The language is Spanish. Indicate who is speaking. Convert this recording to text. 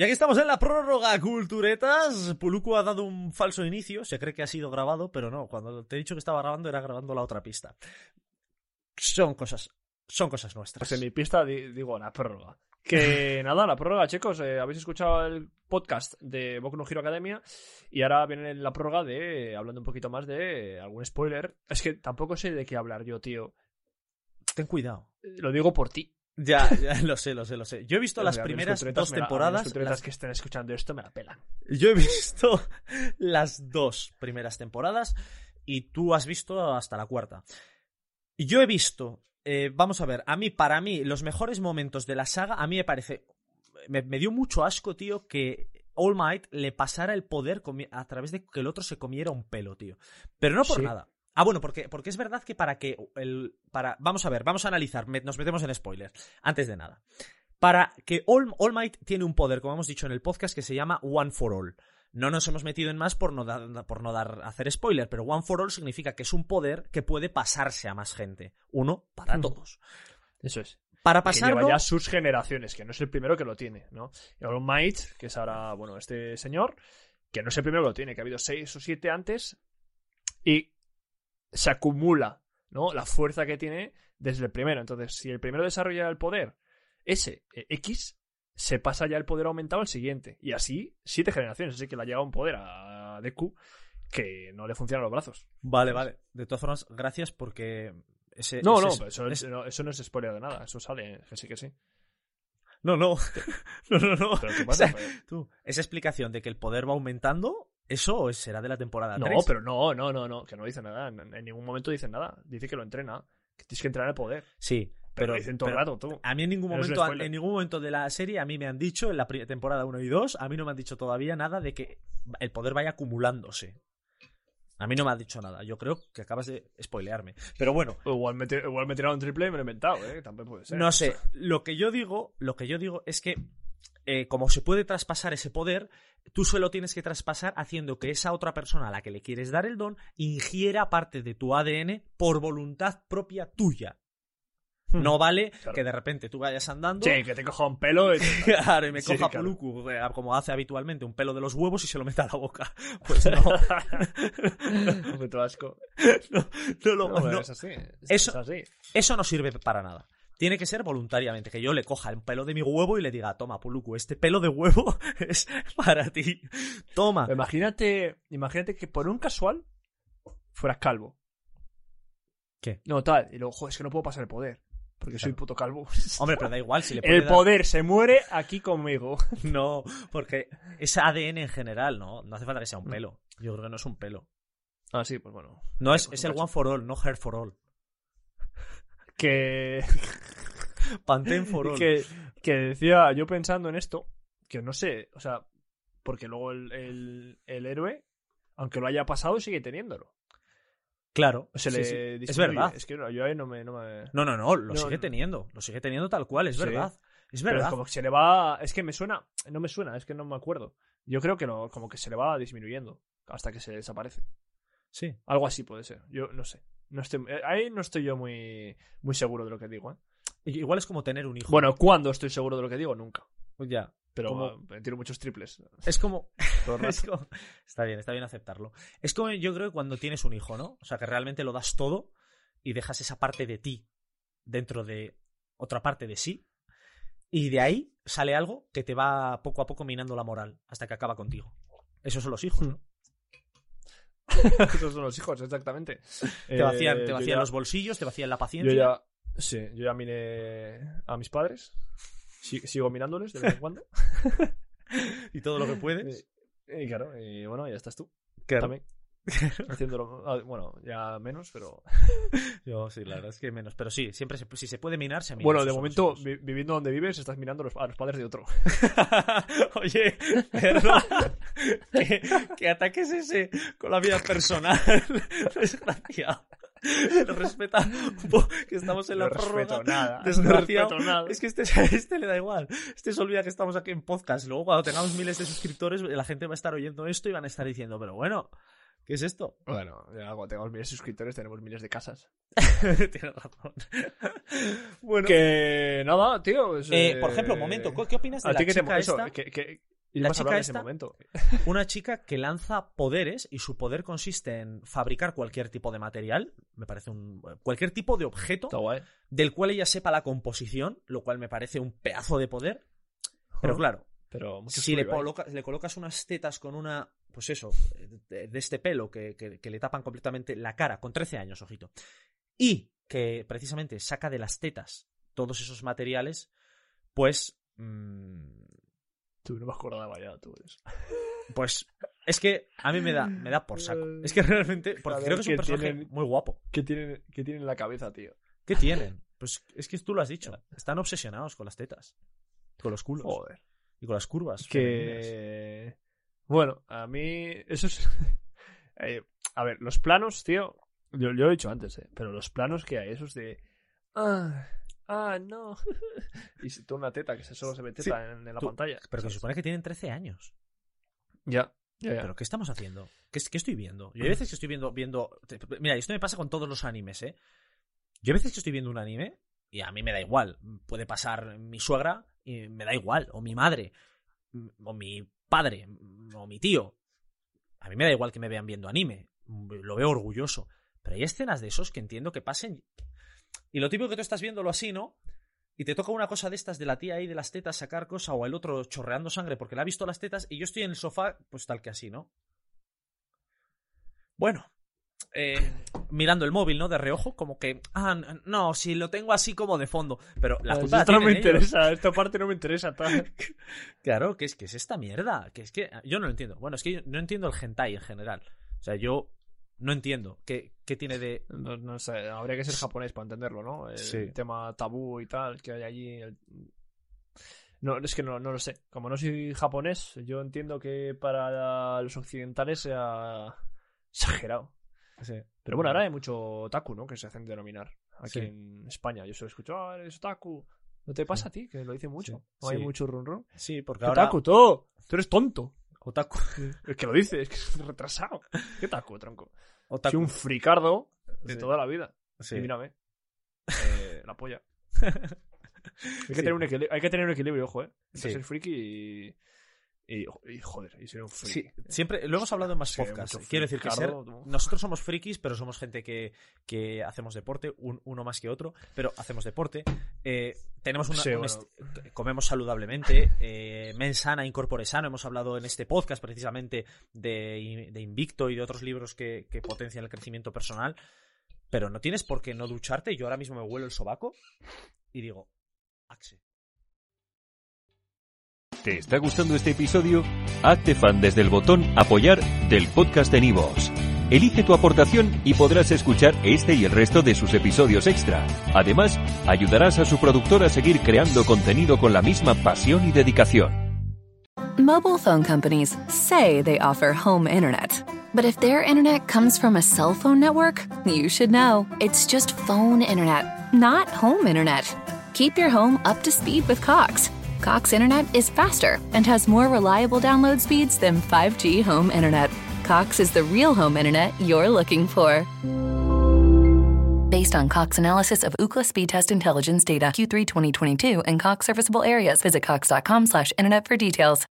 Speaker 1: Y aquí estamos en la prórroga, culturetas. Puluku ha dado un falso inicio, se cree que ha sido grabado, pero no, cuando te he dicho que estaba grabando era grabando la otra pista. Son cosas, son cosas nuestras.
Speaker 2: Pues en mi pista di- digo la prórroga. Que nada, la prórroga, chicos. eh, habéis escuchado el podcast de Boku no Hero Academia y ahora viene la prórroga de eh, hablando un poquito más de eh, algún spoiler. Es que tampoco sé de qué hablar yo, tío.
Speaker 1: Ten cuidado.
Speaker 2: Eh, Lo digo por ti.
Speaker 1: Ya, ya, lo sé, lo sé, lo sé. Yo he visto
Speaker 2: O
Speaker 1: las
Speaker 2: sea, a mí los
Speaker 1: primeras
Speaker 2: culturetas
Speaker 1: dos
Speaker 2: me la- a mí los
Speaker 1: temporadas.
Speaker 2: culturetas
Speaker 1: las-
Speaker 2: que estén escuchando esto me la pelan.
Speaker 1: Yo he visto las dos primeras temporadas y tú has visto hasta la cuarta. Yo he visto, eh, vamos a ver, a mí, para mí, los mejores momentos de la saga, a mí me parece, me, me dio mucho asco, tío, que All Might le pasara el poder comi- a través de que el otro se comiera un pelo, tío. Pero no por
Speaker 2: Sí.
Speaker 1: nada. Ah, bueno, porque, porque es verdad que para que el. Para, vamos a ver, vamos a analizar, me- nos metemos en spoilers, antes de nada. Para que All, All Might tiene un poder, como hemos dicho en el podcast, que se llama One for All. No nos hemos metido en más por no, dar, por no dar hacer spoiler, pero One for All significa que es un poder que puede pasarse a más gente. Uno para
Speaker 2: Ujú.
Speaker 1: todos.
Speaker 2: Eso es.
Speaker 1: Para
Speaker 2: que lleva
Speaker 1: pasarlo,
Speaker 2: ya sus generaciones, que no es el primero que lo tiene, ¿no? Y All Might, que es ahora, bueno, este señor, que no es el primero que lo tiene, que ha habido seis o siete antes, y se acumula, ¿no? La fuerza que tiene desde el primero. Entonces, si el primero desarrolla el poder, ese, eh, X, se pasa ya el poder aumentado al siguiente. Y así, siete generaciones, así que le ha llegado un poder a Deku que no le funcionan los brazos.
Speaker 1: Vale, vale. De todas formas, gracias porque ese.
Speaker 2: No,
Speaker 1: ese Eh,
Speaker 2: no,
Speaker 1: es-
Speaker 2: pero eso,
Speaker 1: es-
Speaker 2: no, eso no es spoiler de nada, eso sale, que sí, que sí.
Speaker 1: No, no. No, no, no.
Speaker 2: Pero, ¿qué
Speaker 1: O
Speaker 2: pasa?
Speaker 1: sea, tú, esa explicación de que el poder va aumentando, eso será de la temporada
Speaker 2: No,
Speaker 1: 3.
Speaker 2: pero no, no, no, no, que no dice nada. En, en ningún momento dice nada. Dice que lo entrena, que tienes que entrenar el poder.
Speaker 1: Sí,
Speaker 2: Pero,
Speaker 1: pero.
Speaker 2: lo dicen todo
Speaker 1: pero
Speaker 2: el rato, tú.
Speaker 1: A mí en ningún,
Speaker 2: Pero es un
Speaker 1: momento,
Speaker 2: spoiler.
Speaker 1: en ningún momento de la serie, a mí me han dicho, en la pri- temporada 1 y 2, a mí no me han dicho todavía nada de que el poder vaya acumulándose. A mí no me han dicho nada. Yo creo que acabas de spoilearme. Pero bueno,
Speaker 2: O Igual me, he- igual me he tirado un triple y me lo he inventado, ¿eh? También puede ser.
Speaker 1: No sé, lo que yo digo, lo que yo digo es que eh, como se puede traspasar ese poder, tú solo tienes que traspasar haciendo que esa otra persona a la que le quieres dar el don ingiera parte de tu ADN por voluntad propia tuya.
Speaker 2: Hmm.
Speaker 1: No vale
Speaker 2: Claro.
Speaker 1: que de repente tú vayas andando
Speaker 2: Che, que te coja un pelo y te-
Speaker 1: claro, y me
Speaker 2: Sí,
Speaker 1: coja
Speaker 2: claro.
Speaker 1: Puluku, eh, como hace habitualmente, un pelo de los huevos y se lo meta a la boca. Pues no,
Speaker 2: Puto asco.
Speaker 1: no, no lo-
Speaker 2: No, pero
Speaker 1: no.
Speaker 2: es así. es-
Speaker 1: Eso-
Speaker 2: es así.
Speaker 1: Eso no sirve para nada. Tiene que ser voluntariamente, que yo le coja el pelo de mi huevo y le diga, toma, Puluku, este pelo de huevo es para ti. Toma.
Speaker 2: Em, Imagínate, imagínate que por un casual fueras calvo.
Speaker 1: ¿Qué?
Speaker 2: No, tal. Y luego, joder, es que no puedo pasar el poder. Porque soy
Speaker 1: Claro.
Speaker 2: puto calvo.
Speaker 1: Hombre, pero da igual si le puede
Speaker 2: el
Speaker 1: dar-
Speaker 2: poder se muere aquí conmigo.
Speaker 1: No, porque es ADN en general, ¿no? No hace falta que sea un pelo. Yo creo que no es un pelo.
Speaker 2: Ah, sí, pues bueno.
Speaker 1: No, es,
Speaker 2: pues
Speaker 1: es
Speaker 2: un
Speaker 1: el
Speaker 2: cacho.
Speaker 1: one for all, no hair for all.
Speaker 2: Que
Speaker 1: Pantene for all.
Speaker 2: que, que decía, yo pensando en esto, que no sé, o sea, porque luego el, el- el héroe, aunque lo haya pasado, sigue teniéndolo.
Speaker 1: Claro.
Speaker 2: O sea,
Speaker 1: sí,
Speaker 2: le
Speaker 1: sí. Es
Speaker 2: disminuye.
Speaker 1: verdad.
Speaker 2: Es que no, yo ahí no me. No me...
Speaker 1: No, no, no, lo
Speaker 2: No,
Speaker 1: sigue
Speaker 2: no.
Speaker 1: teniendo. Lo sigue teniendo tal cual, es
Speaker 2: Sí.
Speaker 1: verdad. Es
Speaker 2: Pero
Speaker 1: verdad.
Speaker 2: como que se le va. Es que me suena. No me suena, es que no me acuerdo. Yo creo que lo- como que se le va disminuyendo hasta que se desaparece.
Speaker 1: Sí.
Speaker 2: Algo así puede ser. Yo no sé. No estoy, eh, ahí no estoy yo muy, muy seguro de lo que digo. ¿eh?
Speaker 1: I- Igual es como tener un hijo. Pues
Speaker 2: Bueno, ¿cuándo estoy seguro de lo que digo? Nunca.
Speaker 1: ya.
Speaker 2: Pero
Speaker 1: Como-
Speaker 2: ah, me tiro muchos triples.
Speaker 1: Es como,
Speaker 2: Todo el rato.
Speaker 1: es como- Está bien, está bien aceptarlo. Es como yo creo que cuando tienes un hijo, ¿no? O sea, que realmente lo das todo y dejas esa parte de ti dentro de otra parte de sí. Y de ahí sale algo que te va poco a poco minando la moral hasta que acaba contigo. Esos son los hijos, ¿no?
Speaker 2: Hmm. Esos son los hijos, exactamente.
Speaker 1: Te vacían, te
Speaker 2: Eh, yo
Speaker 1: vacían
Speaker 2: ya-
Speaker 1: los bolsillos, te vacían la
Speaker 2: Yo
Speaker 1: paciencia.
Speaker 2: ya, sí, yo ya miré a mis padres. Si- sigo mirándoles de vez en cuando.
Speaker 1: Y todo lo que puedes.
Speaker 2: y, y Eh, claro, y bueno, ya estás tú.
Speaker 1: Claro.
Speaker 2: También. Haciéndolo, ah, bueno, ya menos, pero...
Speaker 1: Yo sí, la verdad es que menos. Pero sí, siempre se- si se puede minar, se mina.
Speaker 2: Bueno,
Speaker 1: Eso
Speaker 2: de
Speaker 1: somos
Speaker 2: momento,
Speaker 1: unos-
Speaker 2: vi- viviendo donde vives, estás mirando a los- a los padres de otro.
Speaker 1: Oye, perdón. ¿Qué, qué ataque es ese con la vida personal? Desgraciado. Respeta un po- que estamos en la
Speaker 2: no respeto
Speaker 1: prórroga.
Speaker 2: nada.
Speaker 1: Desgraciado.
Speaker 2: No respeto nada.
Speaker 1: Es que este, este le da igual. Este se olvida que estamos aquí en podcast. Luego, cuando tengamos miles de suscriptores, la gente va a estar oyendo esto y van a estar diciendo, pero bueno, ¿qué es esto?
Speaker 2: Bueno, ya cuando tengamos miles de suscriptores, tenemos miles de casas.
Speaker 1: Tienes razón. bueno,
Speaker 2: Que nada, tío. es,
Speaker 1: eh, por
Speaker 2: eh,
Speaker 1: ejemplo, un momento, ¿qué qué opinas de
Speaker 2: A
Speaker 1: la
Speaker 2: ti que te
Speaker 1: chica
Speaker 2: eso,
Speaker 1: esta?
Speaker 2: que, que
Speaker 1: La
Speaker 2: ibas a
Speaker 1: chica
Speaker 2: hablar de ese
Speaker 1: esta-
Speaker 2: momento.
Speaker 1: Una chica que lanza poderes y su poder consiste en fabricar cualquier tipo de material, me parece un cualquier tipo de objeto
Speaker 2: Está guay.
Speaker 1: del cual ella sepa la composición, lo cual me parece un pedazo de poder. Pero claro,
Speaker 2: Pero mucho
Speaker 1: si le,
Speaker 2: subidai.
Speaker 1: coloca- le colocas unas tetas con una, pues eso, de, de este pelo que, que- que le tapan completamente la cara, con 13 años, ojito, y que precisamente saca de las tetas todos esos materiales, pues... mm,
Speaker 2: Tú no me acordaba ya, tú. eres-
Speaker 1: Pues es que a mí me da, me da por saco. Es que realmente, porque
Speaker 2: Joder,
Speaker 1: creo que es un
Speaker 2: que
Speaker 1: personaje
Speaker 2: tienen-
Speaker 1: muy guapo.
Speaker 2: ¿Qué tiene, qué tiene en la cabeza, tío?
Speaker 1: ¿Qué tienen? Pues es que tú lo has dicho. Están obsesionados con las tetas, con los culos
Speaker 2: Joder.
Speaker 1: y con las curvas. femeninas.
Speaker 2: Que. Bueno, a mí. Eso es. Eh, a ver, los planos, tío. Yo, yo lo he dicho antes, eh, pero los planos que hay, esos de. Ah, ah no. y se toma una teta, que se solo se ve teta
Speaker 1: Sí.
Speaker 2: en, en la
Speaker 1: Tú-
Speaker 2: pantalla.
Speaker 1: Pero que se
Speaker 2: ¿sabes?
Speaker 1: supone que tienen 13 años.
Speaker 2: Ya, ya, ya.
Speaker 1: ¿Pero qué estamos haciendo? ¿Qué, es- qué estoy viendo? Yo hay veces que estoy viendo, viendo. te- Mira, esto me pasa con todos los animes, ¿eh? Yo hay veces que estoy viendo un anime y a mí me da igual. Puede pasar mi suegra y me da igual. O mi madre. m- O mi padre. m- O mi tío. A mí me da igual que me vean viendo anime. m- Lo veo orgulloso. Pero hay escenas de esos que entiendo que pasen. Y lo típico que tú estás viéndolo así, ¿no? y te toca una cosa de estas de la tía ahí de las tetas sacar cosa o el otro chorreando sangre porque le ha visto las tetas y yo estoy en el sofá pues tal que así, ¿no? Bueno, eh, mirando el móvil, ¿no? De reojo, como que, ah, n- no, si lo tengo así como de fondo, pero la
Speaker 2: Ah,
Speaker 1: culpa la
Speaker 2: esto no me
Speaker 1: tienen ellos.
Speaker 2: interesa, esta parte no me interesa. Tal.
Speaker 1: Claro, que es que es esta mierda, que es que yo no lo entiendo. Bueno, es que yo no entiendo el hentai en general. O sea, yo no entiendo qué, qué tiene de
Speaker 2: No, no sé, habría que ser japonés para entenderlo, ¿no? El
Speaker 1: Sí.
Speaker 2: tema tabú y tal que hay allí. el- No, es que no, no lo sé. Como no soy japonés, yo entiendo que para los occidentales sea exagerado. Pero bueno, ahora hay mucho otaku, ¿no? Que se hacen denominar aquí
Speaker 1: Sí.
Speaker 2: en España. Yo solo escucho, ah, eres otaku. ¿No te pasa a ti? Que lo dicen mucho.
Speaker 1: Sí.
Speaker 2: No hay
Speaker 1: Sí.
Speaker 2: mucho run run.
Speaker 1: Sí, porque
Speaker 2: ¿Qué
Speaker 1: ahora
Speaker 2: otaku, tú? Tú eres tonto.
Speaker 1: otaku,
Speaker 2: Es que lo dices, es que es retrasado. ¿Qué otaku, tronco?
Speaker 1: otaku.
Speaker 2: Soy un fricardo de
Speaker 1: Sí.
Speaker 2: toda la vida.
Speaker 1: Sí.
Speaker 2: Y mírame. Eh, la polla. Hay
Speaker 1: Sí.
Speaker 2: que, tener un equilibrio, hay que tener un equilibrio, ojo, ¿eh? Entre
Speaker 1: Sí.
Speaker 2: ser friki y, y, y Joder, y ser un friki.
Speaker 1: Sí, siempre lo hemos hablado en más
Speaker 2: Sí,
Speaker 1: podcasts.
Speaker 2: mucho
Speaker 1: Quiero decir que ser-
Speaker 2: fricardo, tú.
Speaker 1: nosotros somos frikis, pero somos gente que, que hacemos deporte, un- uno más que otro, pero hacemos deporte. Eh, tenemos una,
Speaker 2: Sí,
Speaker 1: un
Speaker 2: bueno.
Speaker 1: est- comemos saludablemente, eh, mens sana, incorpore sano. Hemos hablado en este podcast precisamente de, de Invicto y de otros libros que, que potencian el crecimiento personal. Pero no tienes por qué no ducharte. Yo ahora mismo me huelo el sobaco y digo, Axe.
Speaker 3: ¿Te está gustando este episodio? Hazte fan desde el botón Apoyar del podcast de Nivos. Elige tu aportación y podrás escuchar este y el resto de sus episodios extra. Además, ayudarás a su productor a seguir creando contenido con la misma pasión y dedicación.
Speaker 4: Mobile phone companies say they offer home internet. But if their internet comes from a cell phone network, you should know. It's just phone internet, not home internet. Keep your home up to speed with Cox. Cox internet is faster and has more reliable download speeds than 5G home internet. Cox is the real home internet you're looking for. Based on Cox analysis of Ookla speed test intelligence data Q3 2022 and Cox serviceable areas, visit cox.com/internet for details.